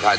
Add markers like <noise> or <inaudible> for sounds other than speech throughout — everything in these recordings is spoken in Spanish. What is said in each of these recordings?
got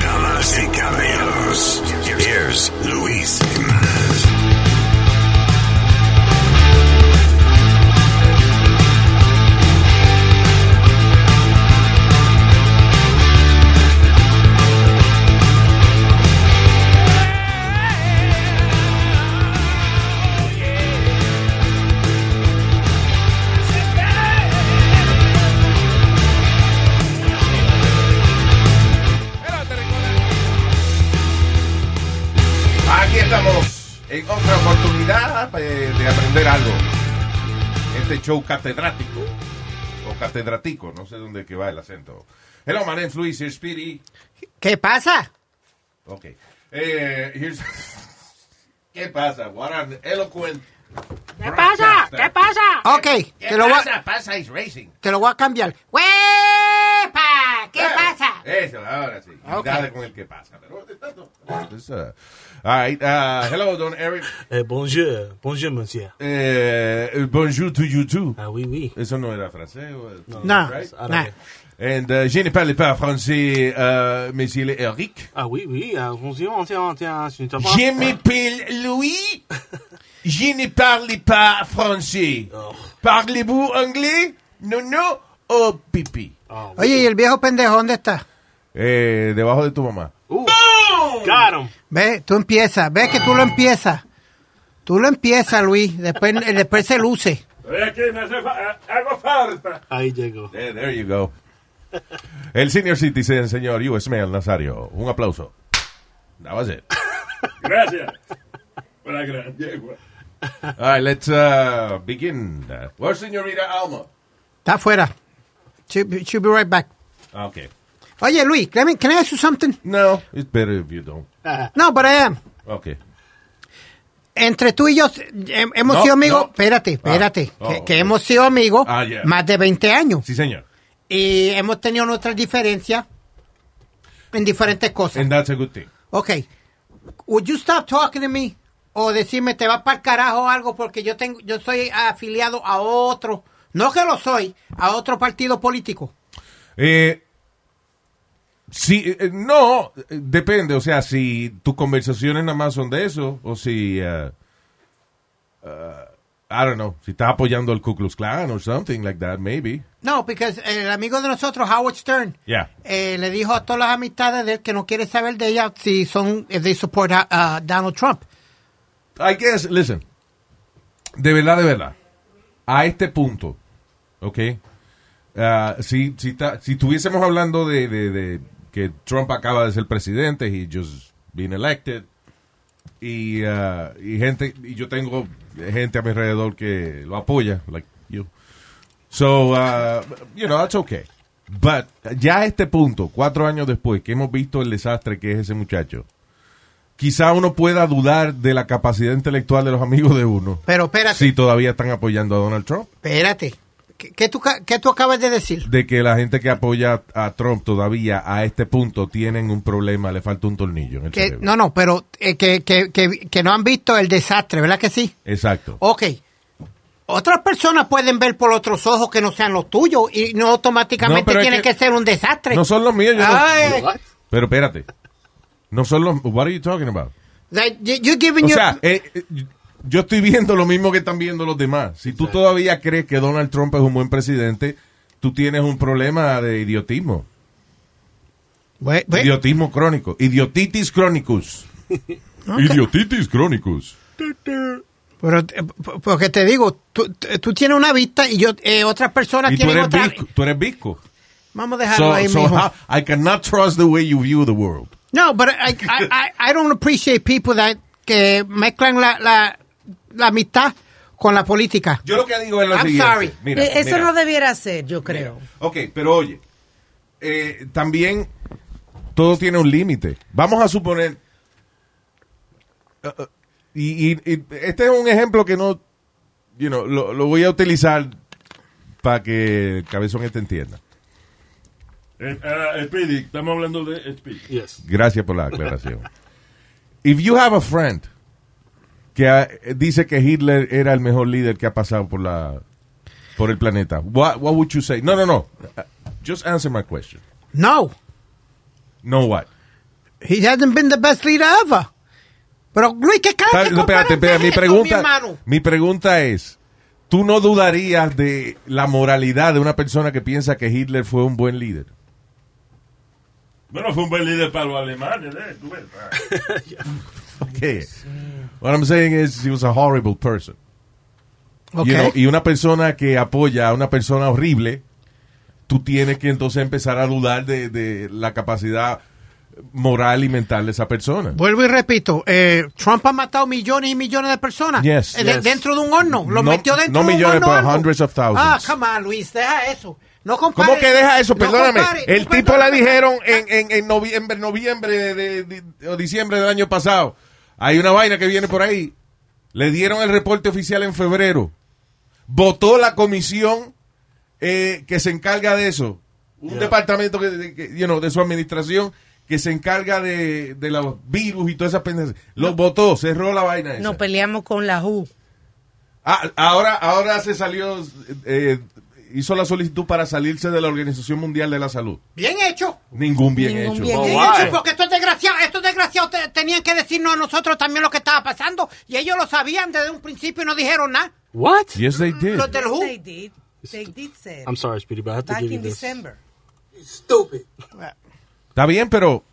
Damas y caballeros, here's Luis Jiménez. Aquí estamos en otra oportunidad eh, de aprender algo. Este show catedrático o catedratico, no sé dónde que va el acento. Hello, my name's Luis here's Speedy. ¿Qué pasa? Ok. Eh, here's- <laughs> ¿Qué pasa? What an eloquent. ¿Qué pasa? ¿Qué pasa? Ok, te lo, voy a, Pasa is racing. te lo voy a cambiar. ¡Huepa! ¿Qué pasa? Eso, ahora sí. Ok. Dale con el que pasa. Pero de tanto. This, uh, all right. uh, hello, don Eric. Eh, bonjour, bonjour, monsieur. Eh, bonjour to you too. Ah oui, oui. Eso no era francés. No. No, Right? no. And uh, je ne parle pas français, euh, mais il est Eric. Ah oui, oui, ah, bonjour, tiens, tiens, je ne t'en Je m'appelle Louis. Je ne parle pas français. Oh. Parlez-vous anglais? No, no. Oh, pipi. Ah, oui. Oye, ¿y el viejo pendejo dónde está? Eh, debajo de tu mamá. Ooh. Got him. Ve, tú empiezas, ve que tú lo empiezas. Tú lo empiezas, Luis, después, eh, después se luce. Ahí llegó. There, there you go. El senior citizen, señor U.S. Mail Nazario. Un aplauso. That was it. Gracias. Por la gran yegua. All right, let's uh, begin. Uh, Where's señorita Alma? Está afuera. She'll be, she'll be right back. Okay. Oye, Luis, can I, can I ask you something? No, it's better if you don't. No, but I am. Okay. Entre tú y yo eh, hemos No, sido amigos, no. espérate, espérate, Ah, oh, que, que ok. hemos sido amigos Ah, yeah. más de 20 años Sí, señor. y hemos tenido nuestras diferencias en diferentes cosas. And that's a good thing. Ok. Would you stop talking to me? O decirme, te vas para el carajo o algo porque yo, tengo, yo soy afiliado a otro, no que lo soy, a otro partido político. Eh, sí, eh, no, eh, depende. O sea, si tus conversaciones nada más son de eso, o si. eh, eh, I don't know. Si estás apoyando al Ku Klux Klan or something like that, maybe. No, porque el amigo de nosotros, Howard Stern, Yeah. eh, le dijo a todas las amistades de él que no quiere saber de ella si son, if they support a, a Donald Trump. I guess, listen. De verdad, de verdad. A este punto, ¿ok? Ah, si, si, ta- si estuviésemos hablando de, de- de que Trump acaba de ser presidente, he just been elected, y, ah, y gente, y yo tengo gente a mi alrededor que lo apoya, like you. So, ah, you know, that's okay. But ya a este punto, cuatro años después, que hemos visto el desastre que es ese muchacho, quizá uno pueda dudar de la capacidad intelectual de los amigos de uno. Pero <laughs> espérate, Si todavía están apoyando a Donald Trump. espérate. ¿Qué, qué tú, ca- qué tú acabas de decir? De que la gente que apoya a Trump todavía a este punto tienen un problema, le falta un tornillo en el Que, cerebro. no, no, pero eh, que, que, que, que no han visto el desastre, ¿verdad que sí? Exacto. Ok. Otras personas pueden ver por otros ojos que no sean los tuyos y no No, automáticamente pero es tiene que- que, ser un desastre. No son los míos. yo no- Ay. What? Pero espérate. No son los... What are you talking about? Like, you- you're giving O your- sea, eh, eh, yo estoy viendo lo mismo que están viendo los demás. Si tú todavía crees que Donald Trump es un buen presidente, tú tienes un problema de idiotismo. Ve- ve- Idiotismo crónico. Idiotitis <laughs> chronicus. Idiotitis chronicus. pero, eh, p- porque te digo, tú, t- tú tienes una vista y yo eh, otras personas Y tú tienen eres otra. visco. Tú eres visco. Vamos a Ah, dejarlo So, ahí so mismo. how- <laughs> I cannot trust the way you view the world. No, but I, I, I, I don't appreciate people that que mezclan la, la, la amistad con la política. Yo lo que digo es lo I'm siguiente. sorry. Mira, Eh, Eso mira. no debiera ser, yo creo. Ok, pero oye, eh, también todo tiene un límite. Vamos a suponer, uh, uh, y, y- y este es un ejemplo que no, you know, lo, lo voy a utilizar para que el cabezón este entienda. Eh, ah, Speedy, estamos hablando de Speedy. Yes. Gracias por la aclaración. If you have a friend que ah, dice que Hitler era el mejor líder que ha pasado por la por el planeta, what, what would you say? No, no, no. Just answer my question. No, No what? he hasn't been the best leader ever. Pero Luis, ¿qué cara Espérate, de espérate, espérate. Mi comparación es pregunta, esto, mi hermano? mi pregunta es, ¿tú no dudarías de la moralidad de una persona que piensa que Hitler fue un buen líder? Bueno, fue un buen líder para los alemanes, ¿eh? Tú ves. ah. <laughs> ¿Qué? What I'm saying is, he was a horrible person. Ok. You know, y una persona que apoya a una persona horrible, tú tienes que entonces empezar a dudar de, de la capacidad moral y mental de esa persona. Vuelvo y repito, eh, Trump ha matado millones y millones de personas Yes. Eh, de- Yes. dentro de un horno. Lo No- metió dentro no de un millones, horno. pero algo. hundreds of thousands. Ah, come on, Luis, deja eso. No compare, ¿Cómo que deja eso? No Perdóname. compare, el no tipo la compare. dijeron en, en, en noviembre, noviembre de, de- de- o diciembre del año pasado. Hay una vaina que viene por ahí. Le dieron el reporte oficial en febrero. Votó la comisión eh, que se encarga de eso. Un Yeah. departamento que, de- que, you know, de su administración que se encarga de, de los virus y todas esas pendejas. Lo votó, cerró la vaina. Esa. Nos pues. peleamos con la U. Ah, ahora, ahora se salió, eh, hizo la solicitud para salirse de la Organización Mundial de la Salud. Bien hecho. Ningún bien Ningún hecho. bien Oh, Bien wow. hecho, porque estos desgraciados, estos desgraciados te- tenían que decirnos a nosotros también lo que estaba pasando. Y ellos lo sabían desde un principio y no dijeron nada. What? Yes, they did. Los del They WHO. did. They did say I'm sorry, Speedy, but I have to back give you in this. December. Está bien, pero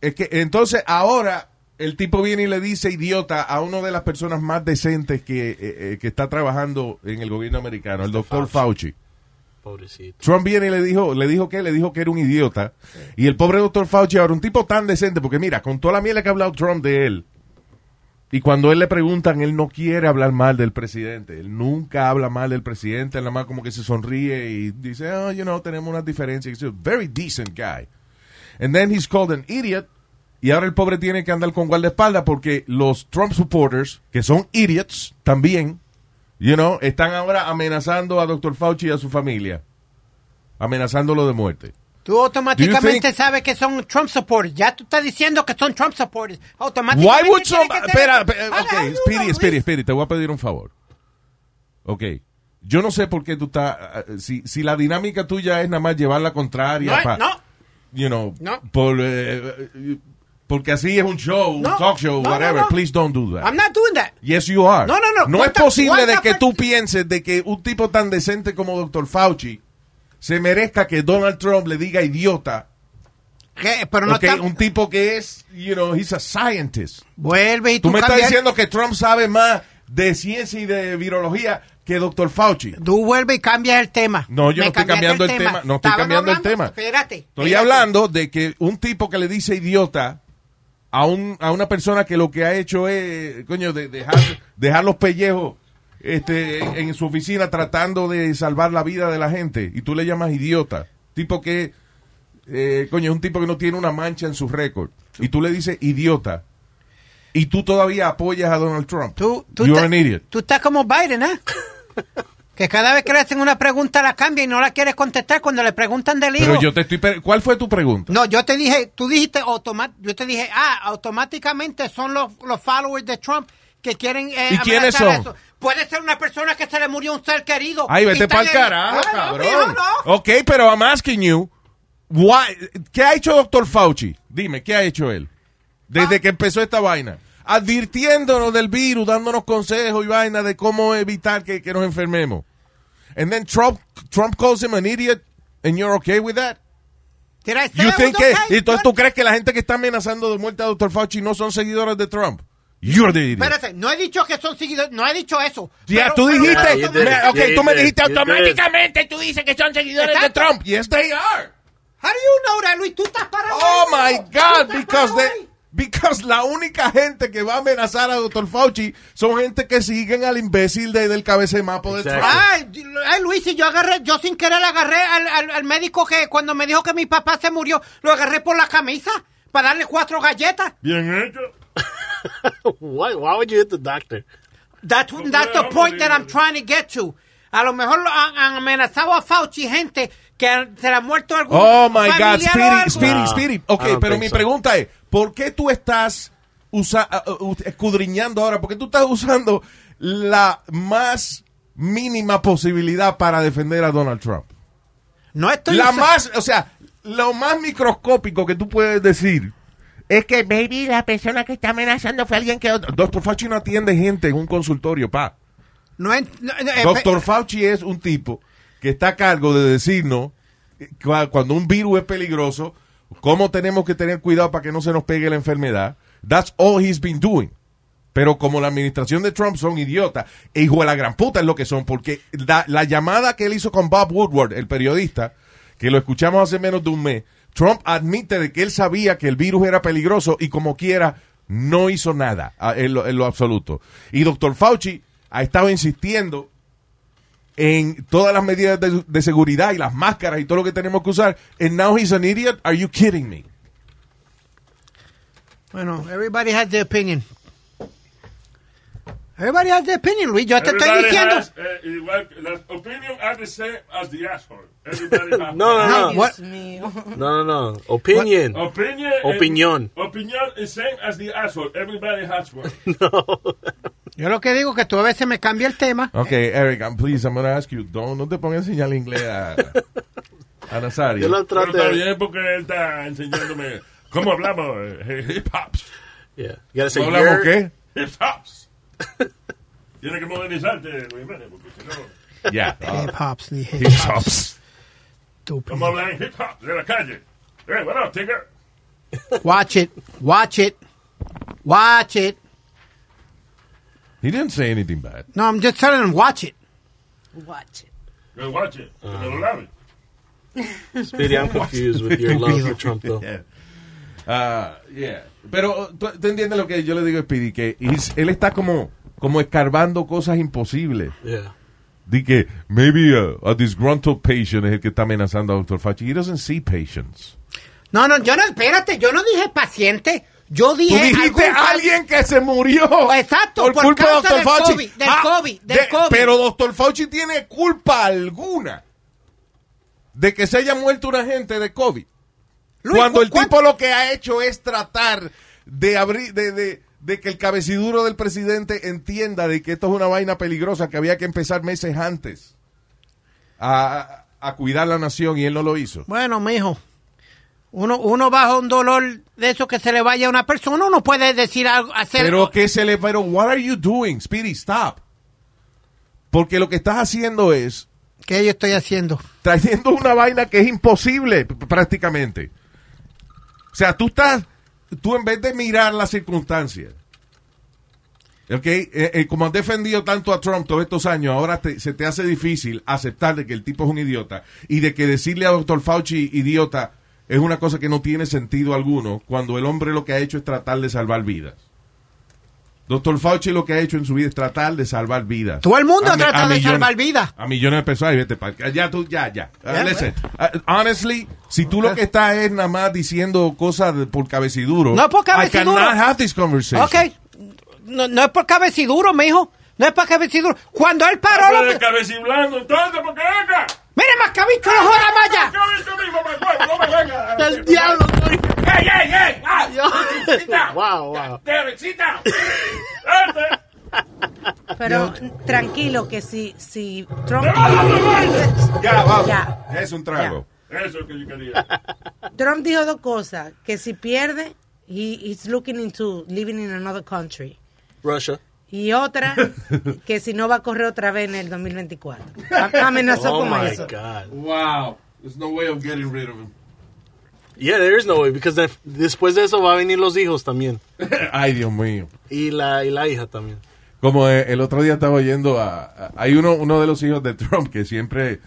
es que entonces ahora el tipo viene y le dice idiota a una de las personas más decentes que, eh, eh, que está trabajando en el gobierno americano, el doctor Fauci. Pobrecito. Trump viene y le dijo, le dijo que, le dijo que era un idiota. Y el pobre doctor Fauci ahora, un tipo tan decente, porque mira, con toda la mierda que ha hablado Trump de él, y cuando él le preguntan, él no quiere hablar mal del presidente. Él nunca habla mal del presidente, él nada más como que se sonríe y dice, oh, you know, tenemos una diferencia. He's a very decent guy. And then he's called an idiot. Y ahora el pobre tiene que andar con guardaespaldas porque los Trump supporters, que son idiots también, you know, están ahora amenazando a Dr. Fauci y a su familia amenazándolo de muerte. Tú automáticamente Do you think- sabes que son Trump supporters. Ya tú estás diciendo que son Trump supporters. Automáticamente. Why would tiene somebody... que ser- Espera, espera, Ah, no, ok, no, Speedy, Luis. Speedy, Speedy, te voy a pedir un favor. Ok, yo no sé por qué tú estás... ah, Si, si la dinámica tuya es nada más llevar la contraria No, pa- no. You know, No. por, eh, porque así es un show, un No, talk show, no, no, whatever. no. Please don't do that. I'm not doing that. Yes, you are. No, no, no. No es ¿Cuánta- posible de cuánta que per- tú pienses de que un tipo tan decente como Dr. Fauci se merezca que Donald Trump le diga idiota. ¿Qué? Pero no Ok, está- un tipo que es, you know, he's a scientist. Vuelve y tú, Tú me estás cambias- diciendo que Trump sabe más de ciencia y de virología que Dr. Fauci. Tú vuelves y cambias el tema. No, yo no Me estoy cambiaste cambiando el tema. No estoy Estaban cambiando el hablando- tema. Espérate. Estoy espérate. hablando de que un tipo que le dice idiota a, un, a una persona que lo que ha hecho es, coño, de- dejar, dejar los pellejos este, en su oficina tratando de salvar la vida de la gente y tú le llamas idiota. Tipo que, eh, coño, es un tipo que no tiene una mancha en su récord y tú le dices idiota y tú todavía apoyas a Donald Trump. Tú, tú You're estás- an idiot. Tú estás como Biden, ¿eh? <laughs> que cada vez que le hacen una pregunta la cambia y no la quieres contestar cuando le preguntan del hijo. Pero yo te estoy... pre- ¿Cuál fue tu pregunta? No, yo te dije, tú dijiste automa- yo te dije, ah, automáticamente son los, los followers de Trump que quieren eh, ¿Y quiénes amenazar son? eso. Puede ser una persona que se le murió un ser querido. Ay, Y vete están pa'l en- carajo, Ah, no, cabrón. Oh. no, no. Ok, pero I'm asking you, why- ¿qué ha hecho doctor Fauci? Dime, ¿qué ha hecho él? Ah. Desde que empezó esta vaina. Advirtiéndonos del virus, dándonos consejos y vaina de cómo evitar que, que nos enfermemos. And then Trump, Trump calls him an idiot, and you're okay with that? Did I say You I think was que, okay? entonces tú Good. crees que la gente que está amenazando de muerte a doctor Fauci no son seguidores de Trump? You're the idiot. Espérate, no he dicho que son seguidores, no he dicho eso. Ya Pero- tú pero- Yeah, dijiste, you me- did. ok, Yeah, you tú me did. dijiste You did. automáticamente, tú dices que son seguidores de Exacto. Trump. Yes, they are. How do you know that, Luis? Tú estás parado. Oh ahí, my ¿no? God, Tú estás because parado they, ahí. because la única gente que va a amenazar a Dr. Fauci son gente que siguen al imbécil de- del cabecemapo de Exacto. Trump. Ay, ay, Luis, y yo agarré, yo sin querer agarré al, al- al médico que cuando me dijo que mi papá se murió, lo agarré por la camisa para darle cuatro galletas. Bien hecho. <laughs> Why, why would you hit the doctor? That's, that's the point that I'm trying to get to. A lo mejor lo han, han amenazado a Fauci, gente que han- se le ha muerto algún Oh my God, familiar Spirit, o algo. Spirit, No, Spirit. I Ok, don't pero think mi so. pregunta es: ¿por qué tú estás usa- uh, uh, escudriñando ahora? ¿Por qué tú estás usando la más mínima posibilidad para defender a Donald Trump? No estoy La usa- más, o sea, lo más microscópico que tú puedes decir. Es que, baby, la persona que está amenazando fue alguien que otro. Doctor Fauci no atiende gente en un consultorio, pa. no es- no- no, eh, Doctor Fauci es un tipo que está a cargo de decirnos cua- cuando un virus es peligroso, cómo tenemos que tener cuidado para que no se nos pegue la enfermedad. That's all he's been doing. Pero como la administración de Trump son idiotas, e hijo de la gran puta es lo que son, porque la, la llamada que él hizo con Bob Woodward, el periodista, que lo escuchamos hace menos de un mes, Trump admite de que él sabía que el virus era peligroso y como quiera, no hizo nada a- en lo, en lo absoluto. Y doctor Fauci ha estado insistiendo en todas las medidas de, de seguridad y las máscaras y todo lo que tenemos que usar. And now he's an idiot. Are you kidding me? Bueno, everybody has their opinion. Everybody has their opinion, Luis. Yo te estoy Everybody diciendo. has, eh, igual, las opinion are the same as the asshole. Everybody <laughs> No, has no, No, no. what- Dios mío. <laughs> No, no, no. Opinion. <laughs> Opinion. Opinión. eh, opinion is same as the asshole. Everybody <laughs> has one. Yo lo que digo es que tú a veces me cambia el tema. Ok, Eric, I'm- please, I'm going to ask you, don't, no te pongas a enseñar inglés a, a Nazario. Yo lo Pero está traté. bien porque él está enseñándome cómo hablamos. eh, Hip hops. Yeah. You gotta say ¿No hablamos your- qué? Hip hops. <laughs> Tiene que modernizarte, Luis Jiménez, porque si no. <laughs> Ya. Eh, Hip hops, ni hip Hip hops. Vamos a estúpido. hablar en hip hop de la calle. Eh, bueno, Tigger. Watch it, watch it, watch it. He didn't say anything bad. No, I'm just telling them, watch it. Watch it. Good watch it. Que me lo Ah. lave. Speedy, I'm confused with your love for Trump, <laughs> though. Yeah. Ah, yeah. Pero uh, ¿tú, tú entiendes lo que yo le digo a Speedy, que he's- él está como, como escarbando cosas imposibles. Yeah. Di que maybe a, a disgruntled patient es el que está amenazando a Dr. Fauci. He doesn't see patients. No, no, yo no, espérate, yo no dije paciente. Yo Tú dije. dijiste algún- alguien que se murió. Exacto, por causa del COVID, del COVID, del COVID. Ah, Pero Dr. Fauci tiene culpa alguna de que se haya muerto una gente de COVID. Luis, cuando ¿cu- el cuánto- tipo lo que ha hecho es tratar de abrir, de, de- de que el cabeciduro del presidente entienda de que esto es una vaina peligrosa que había que empezar meses antes a, a cuidar la nación y él no lo hizo. Bueno, mijo, uno, uno bajo un dolor de eso que se le vaya a una persona, uno puede decir algo, hacer Pero que se le, pero what are you doing, Speedy? Stop. Porque lo que estás haciendo es ¿Qué yo estoy haciendo? trayendo una vaina que es imposible p- prácticamente. O sea, tú estás, tú en vez de mirar las circunstancias, ¿ok? Eh, eh, como has defendido tanto a Trump todos estos años, ahora te- se te hace difícil aceptar de que el tipo es un idiota y de que decirle a doctor Fauci idiota es una cosa que no tiene sentido alguno cuando el hombre lo que ha hecho es tratar de salvar vidas. Doctor Fauci lo que ha hecho en su vida es tratar de salvar vidas. Todo el mundo A ha mi- tratado a de millones- salvar vidas. a millones de personas y vete para Ya tú, ya, ya. Uh, Ya, pues. listen, uh, honestly, si tú lo que estás es nada más diciendo cosas de- por cabeciduro. No por cabeciduro. I cannot have this conversation. Ok, no, no es por cabeciduro, mijo, no es por cabeciduro. Cuando él Ah, paró, Pero lo... de cabeciblando, entonces, porque acá. mire, Mascabicho, no joda maya. Cabeza mismo, me acuerdo, no me venga. El diablo. ¡Ey, ey, ey! ¡Ah! Sit down. Wow, wow. Derek, sit down. Vete. Pero tranquilo que si, si Trump... ¡Me vas a hablar! Ya, vamos. Ya. Ya Es un trago. Eso que yo quería. Trump dijo dos cosas, que si pierde, he, he's looking into living in another country. Russia. <laughs> Y otra, que si no va a correr otra vez en el 2024. A- Amenazó Oh como my eso. God. Wow. There's no way of getting rid of him. Yeah, there is no way because then- después de eso va a venir los hijos también Ay, Dios mío. y la y la hija también. Como eh, el otro día estaba oyendo a, a- hay uno uno de los hijos de Trump que siempre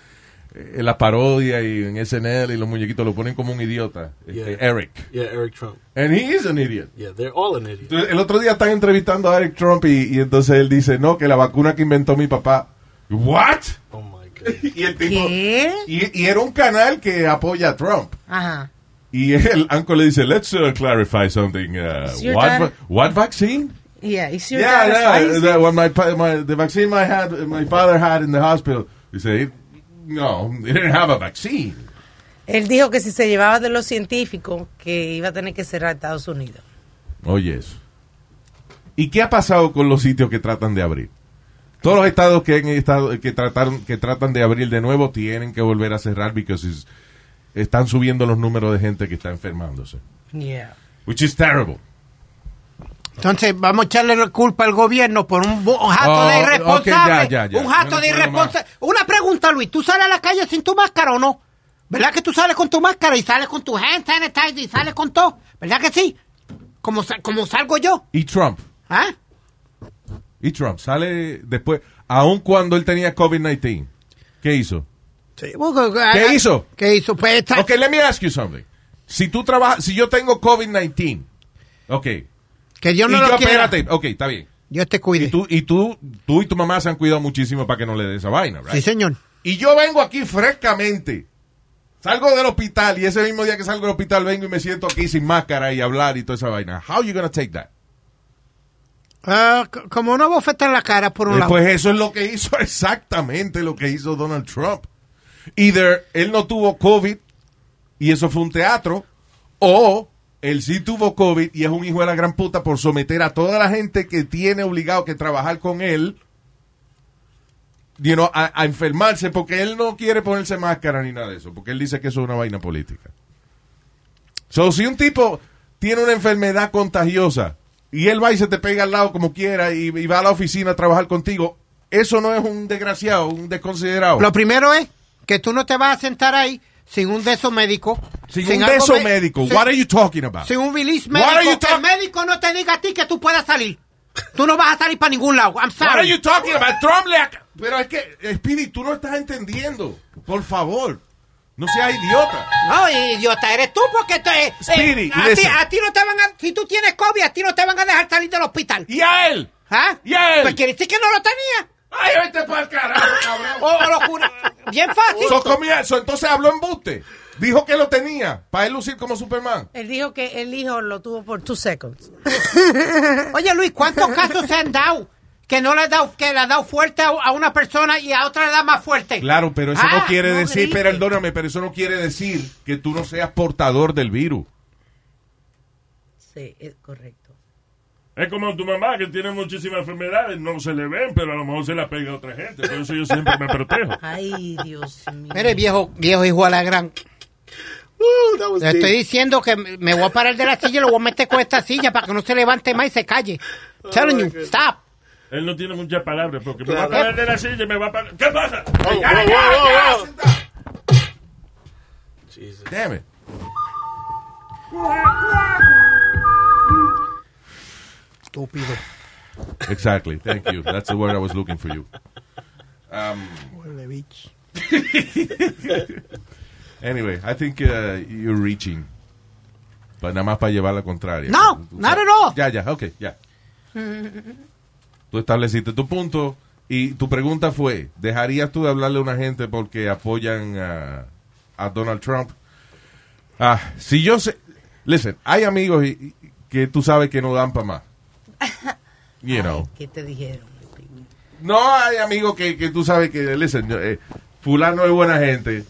eh, en la parodia y en SNL y los muñequitos lo ponen como un idiota, este, Yeah. Eric. Yeah, Eric Trump. And he is an idiot. Yeah, they're all an idiot. Entonces, el otro día están entrevistando a Eric Trump y, y entonces él dice, no, que la vacuna que inventó mi papá. ¿What? Oh my God. Y el tipo... ¿Qué? Y, y era un canal que apoya a Trump. Ajá. Y el anco le dice, let's uh, clarify something. uh, Is your what, dad- va- what vaccine? Yeah, it's your Yeah, data yeah. science. that when my, pa- my the vaccine my had my father had in the hospital, you say no, they didn't have a vaccine. Él dijo que si se llevaba de los científicos, que iba a tener que cerrar Estados Unidos. Oye eso. ¿Y qué ha pasado con los sitios que tratan de abrir? Todos los estados que han estado que trataron que tratan de abrir de nuevo tienen que volver a cerrar porque están subiendo los números de gente que está enfermándose, Yeah. which is terrible. Entonces, vamos a echarle la culpa al gobierno por un, bo- un jato Oh, de irresponsable. ok, ya, ya, ya. Un Yo jato no de puedo irresponsable. Una pregunta, Luis. ¿Tú sales a la calle sin tu máscara o no? ¿Verdad que tú sales con tu máscara y sales con tu hand sanitizer y sales con todo? ¿Verdad que sí? Como, sa- como salgo yo. Y Trump, ¿Ah? y Trump sale después, aun cuando él tenía COVID-19, ¿qué hizo? Uh, ¿Qué hizo? ¿Qué hizo? Pues está- Ok, let me ask you something. Si tú trabajas, si yo tengo COVID-19, ok. que Dios y no yo, lo quiera. espérate, ok, está bien. Dios te cuide. Y tú, y tú, tú y tu mamá se han cuidado muchísimo para que no le dé esa vaina, ¿verdad? Sí, señor. Y yo vengo aquí frescamente. Salgo del hospital y ese mismo día que salgo del hospital vengo y me siento aquí sin máscara y hablar y toda esa vaina. How you gonna take that? Ah, c- como una bofeta en la cara por un Eh, lado. Pues eso es lo que hizo, <laughs> exactamente lo que hizo Donald Trump. Either él no tuvo COVID y eso fue un teatro, o él sí tuvo COVID y es un hijo de la gran puta por someter a toda la gente que tiene obligado que trabajar con él you know, a, a enfermarse porque él no quiere ponerse máscara ni nada de eso, porque él dice que eso es una vaina política. So, si un tipo tiene una enfermedad contagiosa y él va y se te pega al lado como quiera y, y va a la oficina a trabajar contigo, eso no es un desgraciado, un desconsiderado. Lo primero es que tú no te vas a sentar ahí sin un beso médico. sin, un algo beso me- médico, sin- what are you talking about? Sin un release What Ah. are médico. you Que el talk- médico no te diga a ti que tú puedas salir. Tú no vas a salir para ningún lado. I'm What are you sorry. talking about? Trump le ac- Pero es que, Speedy, tú no estás entendiendo. Por favor, no seas idiota. No, idiota, eres tú porque te, eh, Speedy, a, ti, listen. a ti no te van a... Si tú tienes COVID, a ti no te van a dejar salir del hospital. ¿Y a él? ¿Ah? Y a él. Pues quiere decir que no lo tenía. ¡Ay, vete para el carajo, cabrón! O, o lo cura. Bien fácil. So, comía- so, entonces habló en buste. Dijo que lo tenía para él lucir como Superman. Él dijo que el hijo lo tuvo por two seconds. Oye, Luis, ¿cuántos casos se han dado? Que no le ha dado, que le ha dado fuerte a, a una persona y a otra le da más fuerte. Claro, pero eso Ah, no quiere no decir, grite. perdóname, pero eso no quiere decir que tú no seas portador del virus. Sí, es correcto. Es como tu mamá que tiene muchísimas enfermedades, no se le ven, pero a lo mejor se la pega a otra gente. Por eso yo siempre me protejo. Ay, <laughs> Dios mío. Mire, viejo, viejo hijo a la gran. <laughs> Woo, that was Le deep. estoy diciendo que me me voy a parar de la silla y lo voy a meter con esta silla para que no se levante más y se calle. Telling you, stop. Él no tiene muchas palabras porque me va a Claro. parar de la silla y me va a parar. ¿Qué pasa? Oh, whoa, whoa, whoa, whoa. Jesus. Damn it. Estúpido. Exactly. Thank you. That's the word I was looking for you. Um, <laughs> Anyway, I think uh, you're reaching. But nada más para llevar la contraria. No, not at all. Ya, ya, ok, ya. Tú estableciste tu punto y tu pregunta fue, ¿dejarías tú de hablarle a una gente porque apoyan a, a Donald Trump? Ah, si yo sé... Listen, hay amigos y- y- que tú sabes que no dan para más. You know. ¿Qué te dijeron? No hay amigos que, que tú sabes que, listen, eh, fulano es buena gente.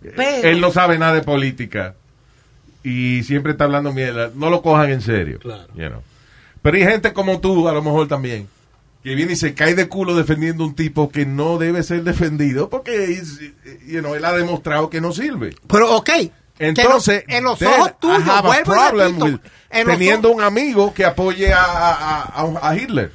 Eh, Pero- Él no sabe nada de política. Y siempre está hablando mierda. No lo cojan en serio. Claro. you know. Pero hay gente como tú, a lo mejor también, que viene y se cae de culo defendiendo un tipo que no debe ser defendido porque es, you know, él ha demostrado que no sirve. Pero, ok. Entonces, Que no- en los then I ojos tuyos, have a vuelvo y problem repito, with en los teniendo ojos- un amigo que apoye a, a- a- a Hitler.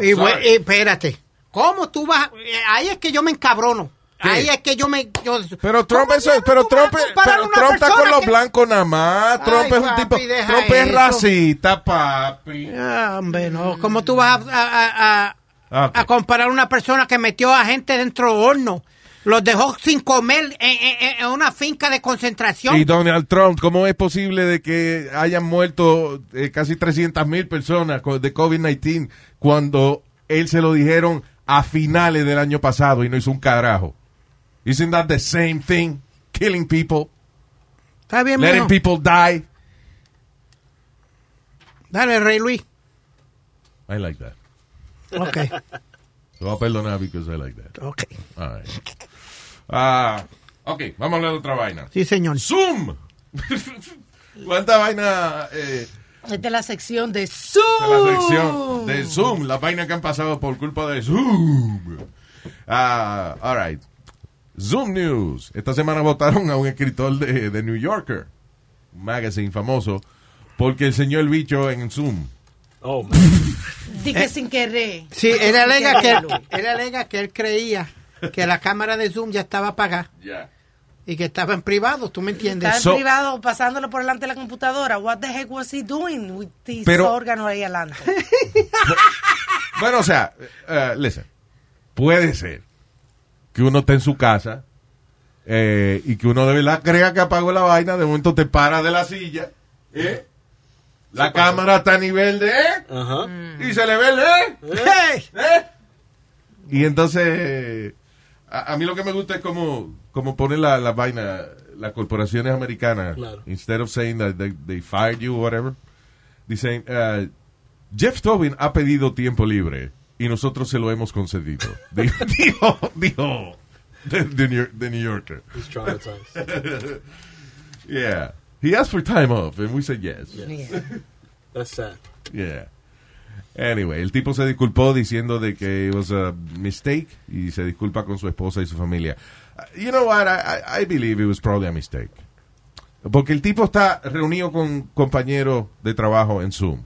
Y, bueno, y espérate. ¿Cómo tú vas? eh, Ahí es que yo me encabrono. Ahí es que yo me. yo- Pero Trump ¿Cómo es, diablos pero tú vas a Trump, es- comparar pero a una Trump está persona con los que- blancos nada más. Trump Ay, es un tipo, papi, deja Trump es eso. racista, papi. Ah, Hombre, no. ¿Cómo tú vas a, a- a- a- Ah, ok. a comparar una persona que metió a gente dentro del horno? Los dejó sin comer en, en- en una finca de concentración. Y Donald Trump, ¿cómo es posible de que hayan muerto eh, casi 300 mil personas co- de COVID-19 cuando él se lo dijeron a finales del año pasado y no hizo un carajo? Isn't that the same thing? Killing people, Está bien, letting mijo. people die. Dale, Rey Luis. I like that. Ok, Te voy a perdonar because I like that. ok. All right. Ah, ok, vamos a hablar de otra vaina. Sí, señor. Zoom. <laughs> ¿Cuánta vaina eh, Esta es la sección de de la Zoom. sección de Zoom? Las vainas que han pasado por culpa de Zoom. Ah, all right. Zoom News. Esta semana votaron a un escritor de, de New Yorker, un magazine famoso, porque enseñó el bicho en Zoom. Oh, Di que sin querer. Sí, él alega, que, Quererlo. él alega que él creía que la cámara de Zoom ya estaba apagada Ya. y que estaba en privado, ¿tú me Está en entiendes? So- privado pasándolo por delante de la computadora. What the heck was he doing with these Pero- órganos ahí <laughs> adelante? Bueno, o sea, eh, listen, puede ser que uno esté en su casa eh, y que uno de verdad crea que apagó la vaina, de momento te para de la silla, ¿eh? la cámara está a nivel de... ¿eh? ajá. Mm. Y se le ve el... ¿eh? ¡Hey! ¿Eh? Y entonces, eh, a, a mí lo que me gusta es como, como pone la, la vaina las corporaciones americanas. Claro. Instead of saying that they, they fired you or whatever, dicen, eh, Jeff Tobin ha pedido tiempo libre y nosotros se lo hemos concedido. dijo, dijo, dijo the, the New, the New Yorker. He's traumatized. Yeah. He asked for time off and we said yes. That's sad. Yeah. Anyway, el tipo se disculpó diciendo de que it was a mistake y se disculpa con su esposa y su familia. Uh, You know what? I, I, I believe it was probably a mistake. Porque el tipo está reunido con compañeros de trabajo en Zoom.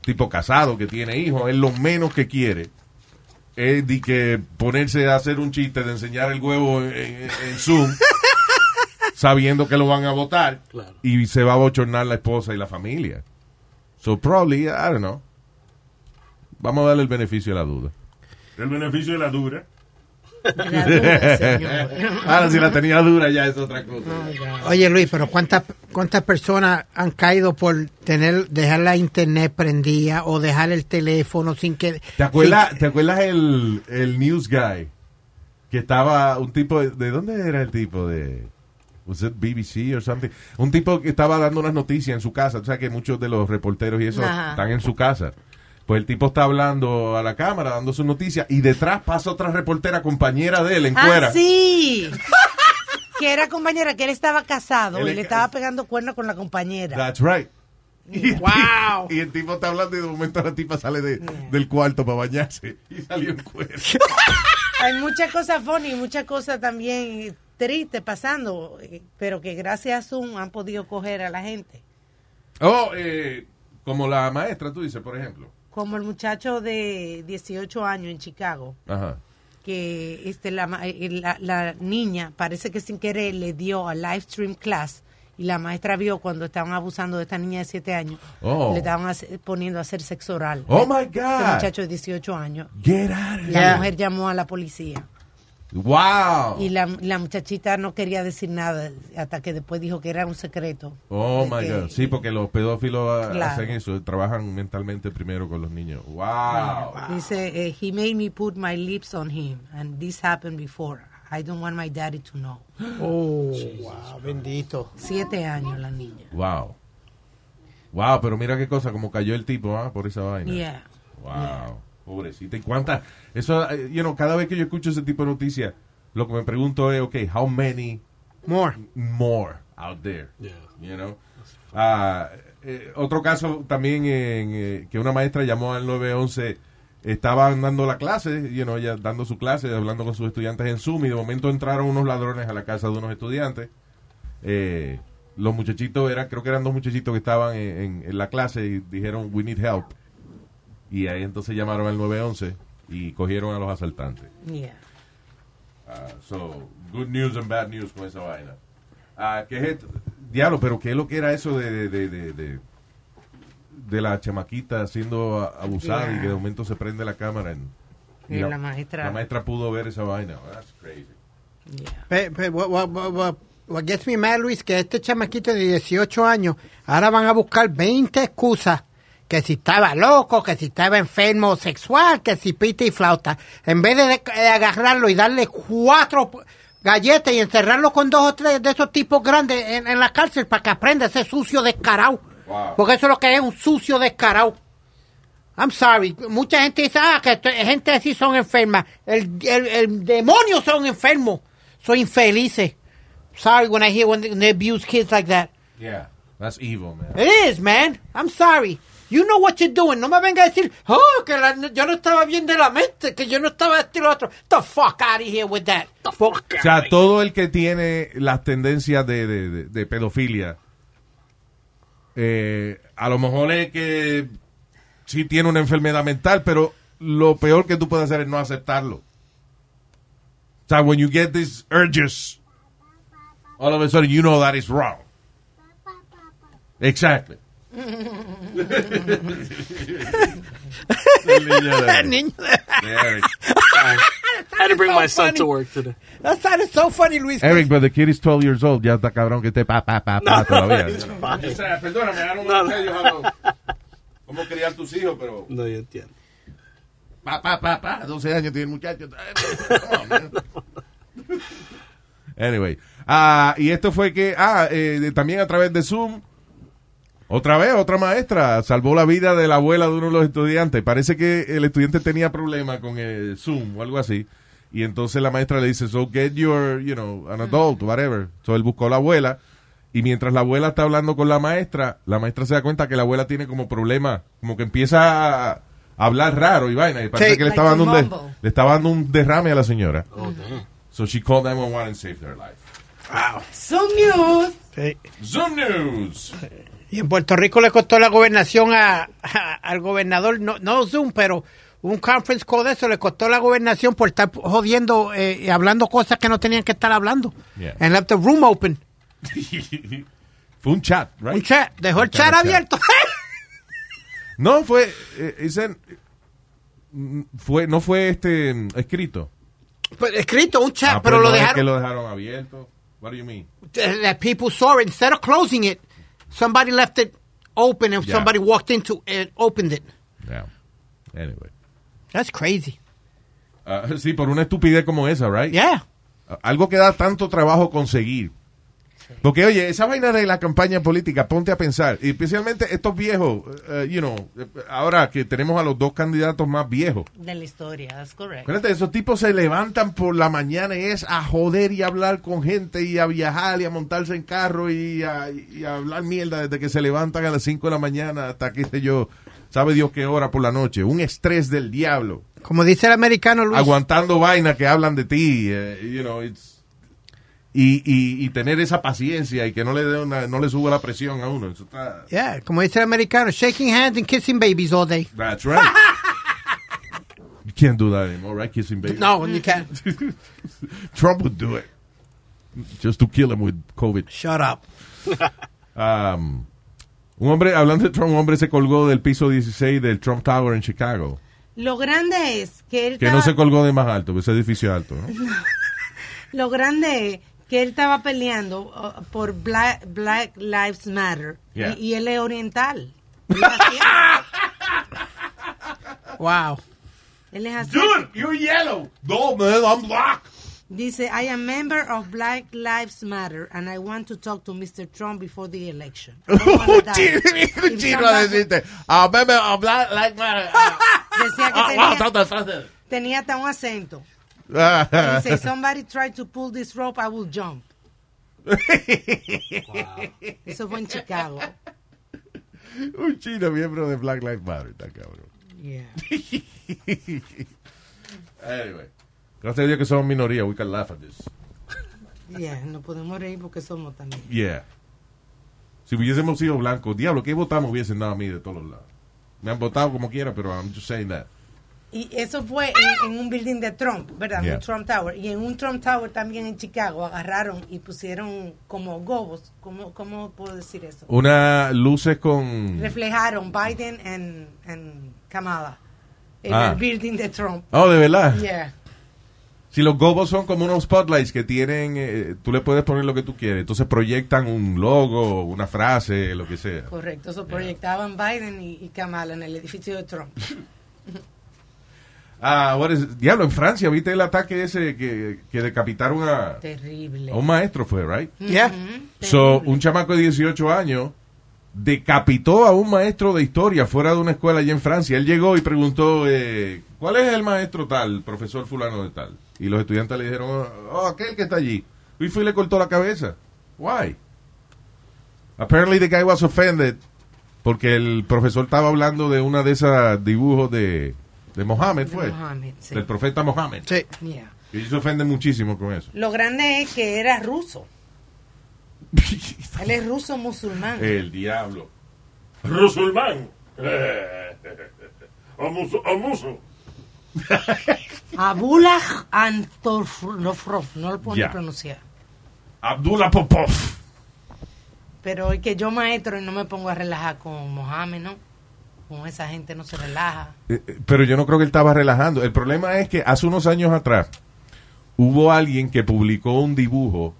Tipo casado que tiene hijos, es lo menos que quiere. Es de que ponerse a hacer un chiste de enseñar el huevo en, en- en Zoom, sabiendo que lo van a votar, Claro. y se va a bochornar la esposa y la familia. So probably, I don't know. Vamos a darle el beneficio de la duda. El beneficio de la dura. La duda, señor. <laughs> Ahora si la tenía dura ya es otra cosa. Oye Luis, pero ¿cuántas cuántas personas han caído por tener dejar la internet prendida o dejar el teléfono sin que ¿Te acuerdas, sin- ¿te acuerdas el, el news guy? Que estaba un tipo, de, ¿de dónde era el tipo? De, was it BBC or something? Un tipo que estaba dando unas noticias en su casa. O sea que muchos de los reporteros y eso Ajá. están en su casa. Pues el tipo está hablando a la cámara, dando sus noticias, y detrás pasa otra reportera compañera de él en Ah, cuera. sí. que era compañera, que él estaba casado Él y es- le estaba pegando cuerno con la compañera. That's right. Y el Wow. tipo- Y el tipo está hablando y de momento la tipa sale de- del cuarto para bañarse y salió en <laughs> cuero. Hay muchas cosas funny y muchas cosas también tristes pasando, eh, pero que gracias a Zoom han podido coger a la gente. Oh, eh, como la maestra, tú dices, por ejemplo. Como el muchacho de 18 años en Chicago, Ajá. que este, la, ma- eh, la- la niña parece que sin querer le dio a live stream class y la maestra vio cuando estaban abusando de esta niña de 7 años, Oh. le estaban hace- poniendo a hacer sexo oral. Oh my Este God. muchacho de 18 años. Get out of La here. mujer llamó a la policía. Wow. Y la, la muchachita no quería decir nada hasta que después dijo que era un secreto. Oh De my que- God. Sí, porque los pedófilos ah, Claro. hacen eso, trabajan mentalmente primero con los niños. Wow. Dice, eh, he made me put my lips on him and this happened before. I don't want my daddy to know. Oh, wow, bendito. Siete años la niña. Wow. Wow, pero mira qué cosa, como cayó el tipo, ah, por esa vaina. Yeah. Wow, pobrecita. ¿Y cuántas? Eso, eh, you know, cada vez que yo escucho ese tipo de noticias, lo que me pregunto es, ok, how many More. more out there? Yeah. You know? Ah, eh, otro caso también en, eh, que una maestra llamó al 911, estaban dando la clase, you know, ella dando su clase, hablando con sus estudiantes en Zoom, y de momento entraron unos ladrones a la casa de unos estudiantes. Eh, los muchachitos eran, creo que eran dos muchachitos que estaban en, en- en la clase y dijeron, we need help. Y ahí entonces llamaron al 911 y cogieron a los asaltantes. Yeah. Ah, so, good news and bad news con esa vaina. Ah, ¿qué es esto? Diablo, pero ¿qué es lo que era eso de, de, de, de, de- de la chamaquita siendo a- abusada Yeah. y que de momento se prende la cámara? en- Y la maestra- La maestra pudo ver esa vaina. That's crazy. Yeah. Pe- pe- what, what- what- what- what gets me mad, Luis, que este chamaquito de 18 años, ahora van a buscar 20 excusas. Que si estaba loco, que si estaba enfermo sexual, que si pita y flauta. En vez de, de agarrarlo y darle cuatro p- galletas y encerrarlo con dos o tres de esos tipos grandes en, en la cárcel para que aprenda ese sucio descarado. Wow. Porque eso es lo que es un sucio descarado. I'm sorry. Mucha gente dice, ah, que esto- gente así son enfermas. El, el, el demonio son enfermos. Son infelices. Sorry when I hear when they, when they abuse kids like that. Yeah, that's evil, man. It is, man. I'm sorry. You know what you're doing. No me venga a decir, oh, que la- yo no estaba bien de la mente, que yo no estaba este y lo otro. The fuck out of here with that. The fuck O sea, todo el que tiene las tendencias de, de- de- de pedofilia, eh, a lo mejor es que sí tiene una enfermedad mental, pero lo peor que tú puedes hacer es no aceptarlo. O sea, when you get these urges, all of a sudden you know that is wrong. Exactly. <laughs> El niño de- Niño. <laughs> de Eric. I had to bring so my son funny. to work today. That sounded so funny, Luis. Eric, but the kid is 12 years old. Ya está cabrón que esté pa, pa, pa, pa todavía. It's fine. perdóname, I don't No, know no. tell you how cómo criar tus hijos, pero No, yo entiendo. pa, pa, pa, pa, 12 años tiene el <laughs> muchacho. Come on, man. Anyway, ah, y esto fue que, ah, eh, también a través de Zoom, otra vez, otra maestra salvó la vida de la abuela de uno de los estudiantes. Parece que el estudiante tenía problemas con el Zoom o algo así. Y entonces la maestra le dice, so get your, you know, an adult, whatever. So él buscó a la abuela. Y mientras la abuela está hablando con la maestra, la maestra se da cuenta que la abuela tiene como problema, como que empieza a hablar raro y vaina. Y parece Sí. que le Like estaba, to dando un de- mumble. le estaba dando un derrame a la señora. Oh, damn. So she called 911 and saved their life. Some news. Sí. Zoom News. <laughs> Y en Puerto Rico le costó la gobernación a, a- al gobernador, no, no Zoom, pero un conference call de eso le costó la gobernación por estar jodiendo eh, y hablando cosas que no tenían que estar hablando. Yeah. And left the room open. Fue un chat, right? Un chat, dejó el Está chat en el abierto. <laughs> No, fue, eh, dicen, mm, fue, no fue este mm, escrito. Pero pues, Escrito, un chat, Ah, pero pues lo no es que dejaron. lo dejaron abierto. What do you mean? That people saw it. Instead of closing it, somebody left it open and Yeah. somebody walked into it and opened it. Yeah. Anyway. That's crazy. Ah, sí, por una estupidez como esa, right? Ah, Yeah. Algo que da tanto trabajo conseguir. Porque, oye, esa vaina de la campaña política, ponte a pensar, y especialmente estos viejos, eh, you know, eh, ahora que tenemos a los dos candidatos más viejos, De la historia, that's correct. Acuérdate, esos tipos se levantan por la mañana y es a joder y a hablar con gente y a viajar y a montarse en carro y a, y a hablar mierda desde que se levantan a las 5 de la mañana hasta qué sé yo, sabe Dios qué hora por la noche. Un estrés del diablo. Como dice el americano Luis. Aguantando vainas que hablan de ti. eh, you know, it's- y, y- y tener esa paciencia y que no le, dé una- no le suba la presión a uno. Eso está- Yeah, como dice el americano, shaking hands and kissing babies all day. That's right. You can't do that anymore, right? Kissing babies. No, you can't. <laughs> Trump would do it. Just to kill him with COVID. Shut up. Um, un hombre, hablando de Trump, un hombre se colgó del piso 16 del Trump Tower en Chicago. Lo grande es que él Que estaba- no se colgó de más alto, ese edificio alto. ¿no? Lo grande es que él estaba peleando uh, por Bla- Black, Lives Matter Yeah. y, y él <laughs> es oriental. Él es asiático. Wow. Él es asiático. <laughs> Dude, you're yellow. No, man, I'm <laughs> black. Dice, I am member of Black Lives Matter and I want to talk to Mr. Trump before <laughs> the election. I don't wanna un die. chino, un If chino a somebody- decirte, "Ah, a mí me habla like man. <laughs> Decía que Ah, wow, tenía, tanta frase. tenía hasta un acento. Ah, Dice, somebody try to pull this rope, I will jump. Eso fue en Chicago. <laughs> Un chino miembro de Black Lives Matter, está cabrón. <laughs> Yeah. Anyway. Gracias a Dios que somos minoría, we can laugh at this. Yeah, no podemos reír porque somos también. Yeah. Si hubiésemos sido blancos, diablo, ¿qué votamos hubiesen dado a mí de todos los lados? Me han votado como quiera, pero I'm just saying that. Y eso fue en, en un building de Trump, ¿verdad? En Yeah. Un Trump Tower. Y en un Trump Tower también en Chicago agarraron y pusieron como gobos. ¿Cómo, cómo puedo decir eso? Unas luces con... Reflejaron Biden and, and Kamala en Ah. el building de Trump. Oh, de verdad. Yeah. Si los gobos son como unos spotlights que tienen, eh, tú le puedes poner lo que tú quieres. Entonces proyectan un logo, una frase, lo que sea. Correcto, eso proyectaban Biden y, y Kamala en el edificio de Trump. Ah, what is- diablo, en Francia, ¿viste el ataque ese que, que decapitaron a, Terrible. Oh, a un maestro? Fue, right? Yeah. Ujú, So, terrible. un chamaco de 18 años decapitó a un maestro de historia fuera de una escuela allí en Francia. Él llegó y preguntó, eh, ¿cuál es el maestro tal, profesor fulano de tal? Y los estudiantes le dijeron, oh, aquel que está allí. Y fue y le cortó la cabeza. Why? Apparently the guy was offended porque el profesor estaba hablando de una de esas dibujos de, de Mohammed, De fue. Mohammed, sí. Del profeta Mohammed. Sí. Yeah. Y ellos se ofenden muchísimo con <laughs> eso. Lo grande es que era ruso. Él es ruso musulmán. El diablo. <laughs> Rusulmán. Eh, O muso. O muso. Abulaj Antornofrov, no lo puedo ni Ya. pronunciar. Abdullah Popov. Pero es que yo maestro y no me pongo a relajar con Mohamed, ¿no? Con esa gente no se relaja. Eh, eh, pero yo no creo que él estaba relajando. El problema es que hace unos años atrás hubo alguien que publicó un dibujo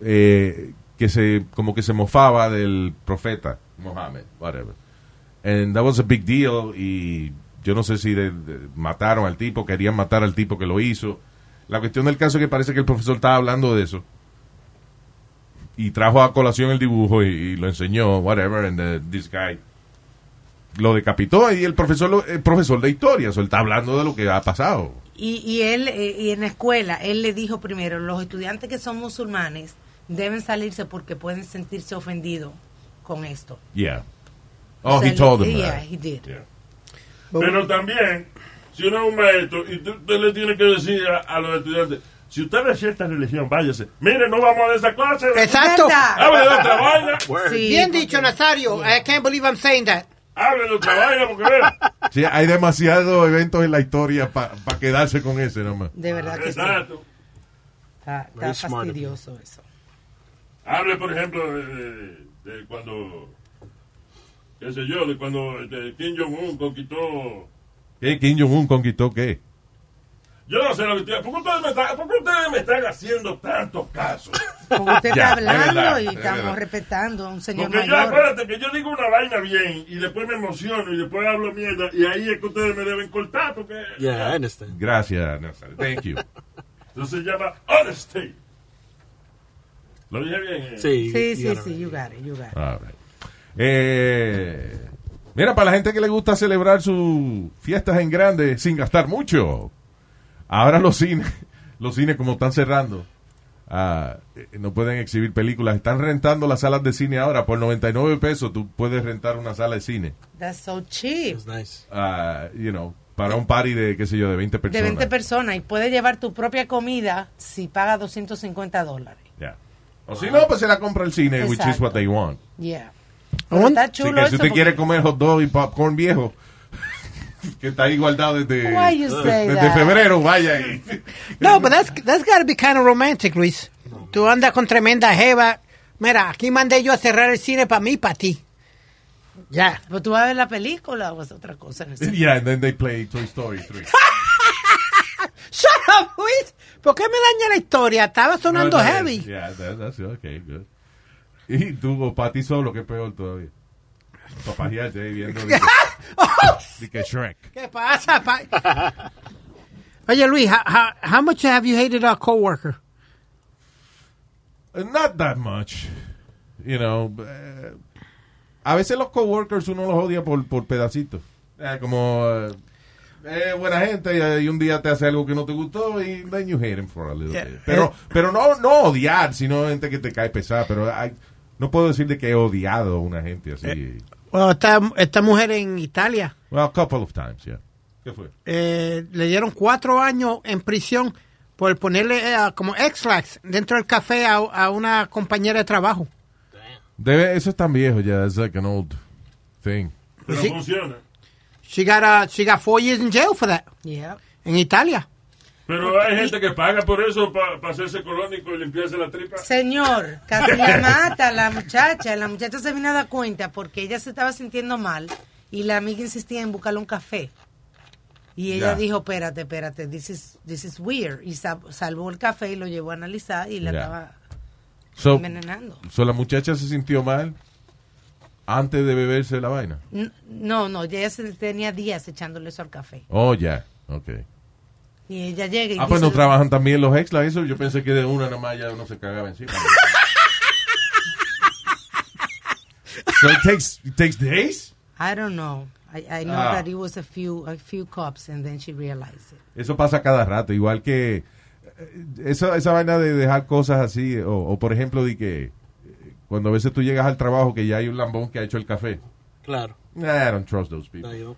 eh, que se como que se mofaba del profeta Mohammed, whatever. And that was a big deal y yo no sé si de- de- mataron al tipo, querían matar al tipo que lo hizo. La cuestión del caso es que parece que el profesor estaba hablando de eso. Y trajo a colación el dibujo y, y lo enseñó, whatever, and eh, this guy lo decapitó y el profesor lo- el profesor de historia, so, él está hablando de lo que ha pasado. Y, y él, eh, y en la escuela, él le dijo primero, los estudiantes que son musulmanes deben salirse porque pueden sentirse ofendidos con esto. Yeah. Oh, O sea, he told him yeah, that. he did. Yeah. Pero también, si uno es un maestro y tú, tú le tienes que decir a, a los estudiantes, si usted es cierta religión, váyase. Mire, no vamos a esa clase. Exacto. ¿Verdad? Hable de otra <laughs> vaina. Word. Sí, Bien porque- dicho, Nazario. I can't believe I'm saying that. Hable de otra vaina porque <laughs> vea. Sí, hay demasiados eventos en la historia para quedarse con ese nomás. De verdad que sí. Exacto. Está, está Very smart. fastidioso <laughs> eso. Hable, por ejemplo, de, de- de cuando, qué sé yo, de cuando este, Kim Jong-un conquistó... ¿Qué? ¿Kim Jong-un conquistó qué? Yo no sé lo que estoy... ¿Por qué ustedes me están, por qué ustedes me están haciendo tantos casos? Porque usted Ya, está es hablando verdad, y es estamos verdad. respetando a un señor Porque yo, mayor. acuérdate que yo digo una vaina bien y después me emociono y después hablo mierda y ahí es que ustedes me deben cortar porque... Yeah, I understand. Gracias, Nazario. Thank you. Eso se llama honesty. Lo dije bien. eh? Sí, you Sí, sí, got it sí, you got it, you got it. All right. Eh, mira, para la gente que le gusta celebrar sus fiestas en grande sin gastar mucho, ahora los cines, <laughs> los cines como están cerrando, ah, eh, no pueden exhibir películas. Están rentando las salas de cine ahora por 99 pesos. Tú puedes rentar una sala de cine, That's so cheap. It's nice. ah, you know, para un party de, qué sé yo, de 20 De personas. 20 personas y puedes llevar tu propia comida si paga 250 dólares. Ya. O si no, pues se la compra el cine, which is Exacto. what they want. Yeah. Un- Pero está Así chulo que si eso usted quiere porque- comer hot dog y popcorn viejo, <laughs> que está ahí guardado desde, Why you say desde that? febrero, vaya. y- <laughs> No, but that's, that's gotta be kind of romantic, Luis. Tú andas con tremenda jeva. Mira, aquí mandé yo a cerrar el cine para mí y para ti. Ya. Pero tú vas a ver la película o es otra cosa. en el cine? yeah, and then they play Toy Story <laughs> 3. Shut up, Luis. ¿Por qué me daña la historia? Estaba sonando No, no, heavy. <laughs> Yeah, that- that's okay, good. Y tú, o para ti solo, que es peor todavía. Papajearte ahí viendo. de <laughs> que- Oh, de que Shrek. ¿Qué pasa, pa? Oye, Luis, how, how, how much have you hated our coworker? Eh, Not that much. You know, eh, a veces los coworkers uno los odia por, por pedacitos. Eh, como eh, eh, buena gente eh, y un día te hace algo que no te gustó y then you hate him for a little Yeah. bit. Pero, pero no, no odiar, sino gente que te cae pesada. Pero I- no puedo decir de que he odiado a una gente así. Bueno, esta, esta mujer en Italia Well, a couple of times, yeah. ¿Qué fue? eh, le dieron cuatro años en prisión por ponerle eh, como X-Lax dentro del café a, a una compañera de trabajo. Debe, eso es tan viejo ya, es like an old thing. Pero Sí. funciona. She got, uh, she got four years in jail for that Yeah. en Italia. Pero hay gente que paga por eso para hacerse colónico y limpiarse la tripa. Señor, casi la mata la muchacha. La muchacha se vino a dar cuenta porque ella se estaba sintiendo mal y la amiga insistía en buscarle un café. Y ella Ya. dijo, espérate, espérate, this is, this is weird. Y sa- salvó el café y lo llevó a analizar y la Ya. Oh. estaba So, envenenando. so la muchacha se sintió mal antes de beberse la vaina. N- No, no, ya ella se tenía días echándole eso al café. Oh, ya. Ok. Y ella llega y Ah, pues dice- no trabajan también los extras, eso. Yo pensé que de una nada más ya uno se cagaba encima. <laughs> So it takes, it takes days. I don't know. I, I know Ah. that it was a few a few cups and then she realized it. Eso pasa cada rato, igual que eh, esa, esa vaina de dejar cosas así, o, o por ejemplo, de que eh, cuando a veces tú llegas al trabajo que ya hay un lambón que ha hecho el café. Claro. Nah, I don't trust those people. No, yo-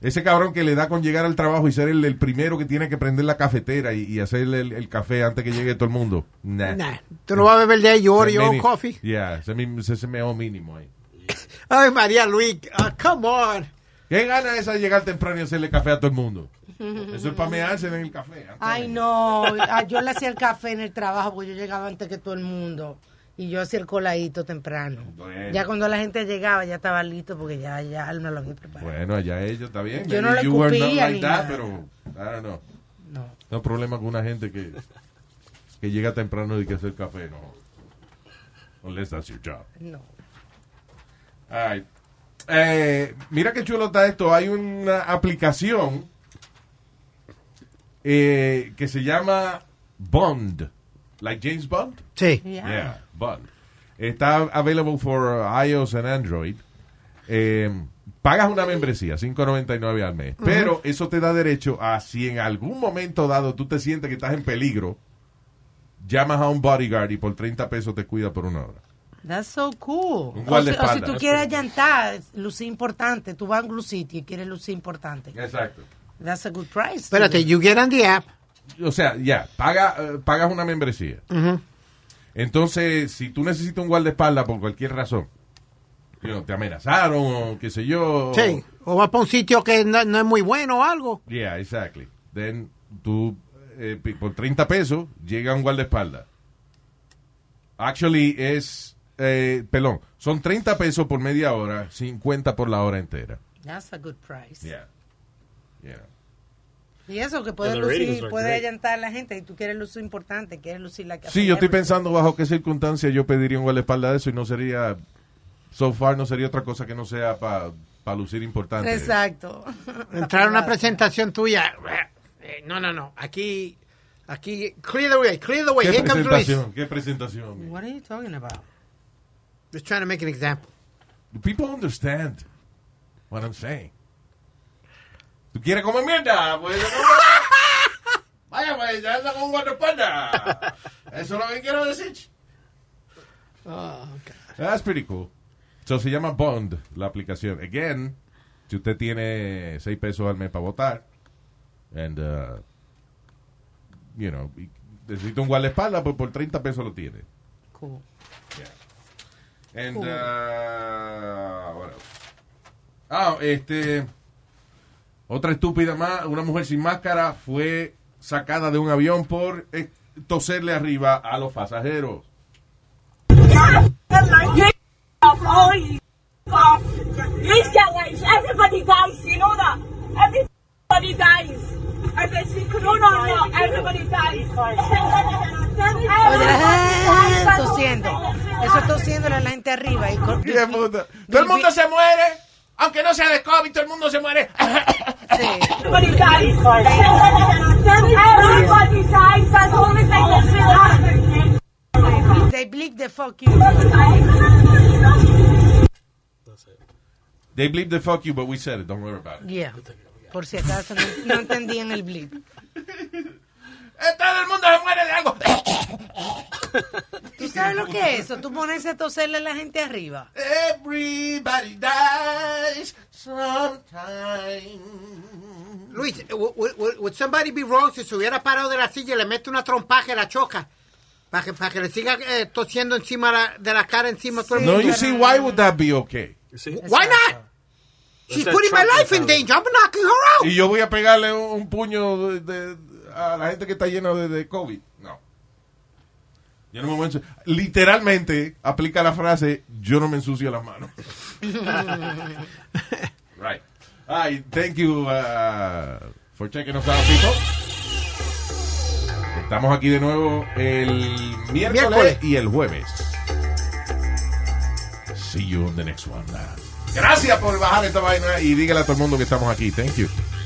Ese cabrón que le da con llegar al trabajo y ser el, el primero que tiene que prender la cafetera y, y hacer el, el café antes que llegue todo el mundo. Nah. Nah, tú no vas a beber de ahí Oreo Mini- coffee. Yeah, ese mi- ese es mejor mínimo ahí. Ay, María Luis, ah, come on. ¿Qué gana esa de llegar temprano y hacerle café a todo el mundo? Eso es para mearse en el café. antes. Ay, no. Ah, Yo le hacía el café en el trabajo porque yo llegaba antes que todo el mundo. Y yo hacía el coladito temprano. Bueno. Ya cuando la gente llegaba ya estaba listo porque ya, ya me lo había preparado. Bueno, allá ellos, está bien. Yo Maybe no le you were not escupía like ni that, nada. pero, I don't know. No. No hay problema con una gente que, que llega temprano y que hace el café, no. Unless that's your job. No. Ay. Eh, mira qué chulo está esto. Hay una aplicación eh, que se llama Bond. Like James Bond. Sí. Ya. Yeah, Bond. Está available for uh, iOS and Android. Eh, pagas una membresía, 5.99 al mes. Pero eso te da derecho a si en algún momento dado tú te sientes que estás en peligro, llamas a un bodyguard y por 30 pesos te cuida por una hora. That's so Un cool. O si, o guardaespaldas. si tú quieres allantar, lucir importante. Tú vas a un glue sitio y quieres lucir importante. Exacto. That's a good price. Espérate, you get on the app. O sea, ya, paga, eh, pagas una membresía. Entonces, si tú necesitas un guardaespaldas por cualquier razón, you know, te amenazaron o qué sé yo. Sí. O vas para un sitio que no, no es muy bueno o algo. Yeah, exactly. Then, tú, eh, pi- por 30 pesos, llega un guardaespaldas. Actually, es, eh, perdón, son 30 pesos por media hora, 50 por la hora entera. That's a good price. Yeah. Yeah. Y eso que puede And the ratings lucir, are puede great. allantar a la gente y tú quieres lucir importante, quieres lucir la Sí, yo estoy pensando bajo qué circunstancia yo pediría un guardaespaldas de eso y no sería, so far no sería otra cosa que no sea para lucir importante. Exacto. Entrar a una presentación tuya. Eh, No, no, no. Aquí, aquí, clear the way, clear the way. ¿Qué Here comes Luis. presentación? ¿Qué presentación? What are you talking about? Just trying to make an example. Do People understand what I'm saying. ¿Tú quieres comer mierda? Pues, no, vaya, pues, ya anda con un guardaespaldas. Eso es lo que quiero decir. That's pretty cool. So, se llama Bond la aplicación. Again, si usted tiene 6 pesos al mes para votar, and, uh, you know, y necesita un guardaespaldas, pues por 30 pesos lo tiene. Cool. And, uh, what else? Ah, este. Otra estúpida más. Una mujer sin máscara fue sacada de un avión por eh, toserle arriba a los pasajeros. And like, get off, all you off. Use their lives. Everybody dies, you know that. Everybody dies. If it's the corona or not, everybody dies. Ah, tosiendo. Eso es tosiéndole a la gente arriba. Y con- <laughs> Todo el mundo se muere. Aunque no sea de COVID, todo el mundo se muere. Sí. Everybody dies. Everybody dies. That's the only thing that's really happening. They bleak the fuck you. that's it. <laughs> They believe the fuck you, but we said it. Don't worry about it. Yeah. Por si acaso no, no entendían el bleep. Eh, Todo el mundo se muere de algo. ¿Tú sabes lo que es eso? Tú ponerse a toserle a la gente arriba. Everybody dies sometime. Luis, w- w- w- would somebody be wrong si se hubiera parado de la silla y le mete una trompaje, la choca? Para que, para que le siga eh, tosiendo encima la- de la cara, encima todo el No, mundo. you see, why would that be okay? You see? Why not? She's that putting my truck life in mentality. danger. I'm knocking her out. Y yo voy a pegarle un, un puño de- de- a la gente que está llena de, de COVID. No. Yo no me voy a ensu- Literalmente aplica la frase, yo no me ensucio las manos. right. Ay, thank you uh, for checking us out, people. Estamos aquí de nuevo el miércoles Miércoles. y el jueves. See you on the next one. Gracias por bajar esta vaina y dígale a todo el mundo que estamos aquí. Thank you.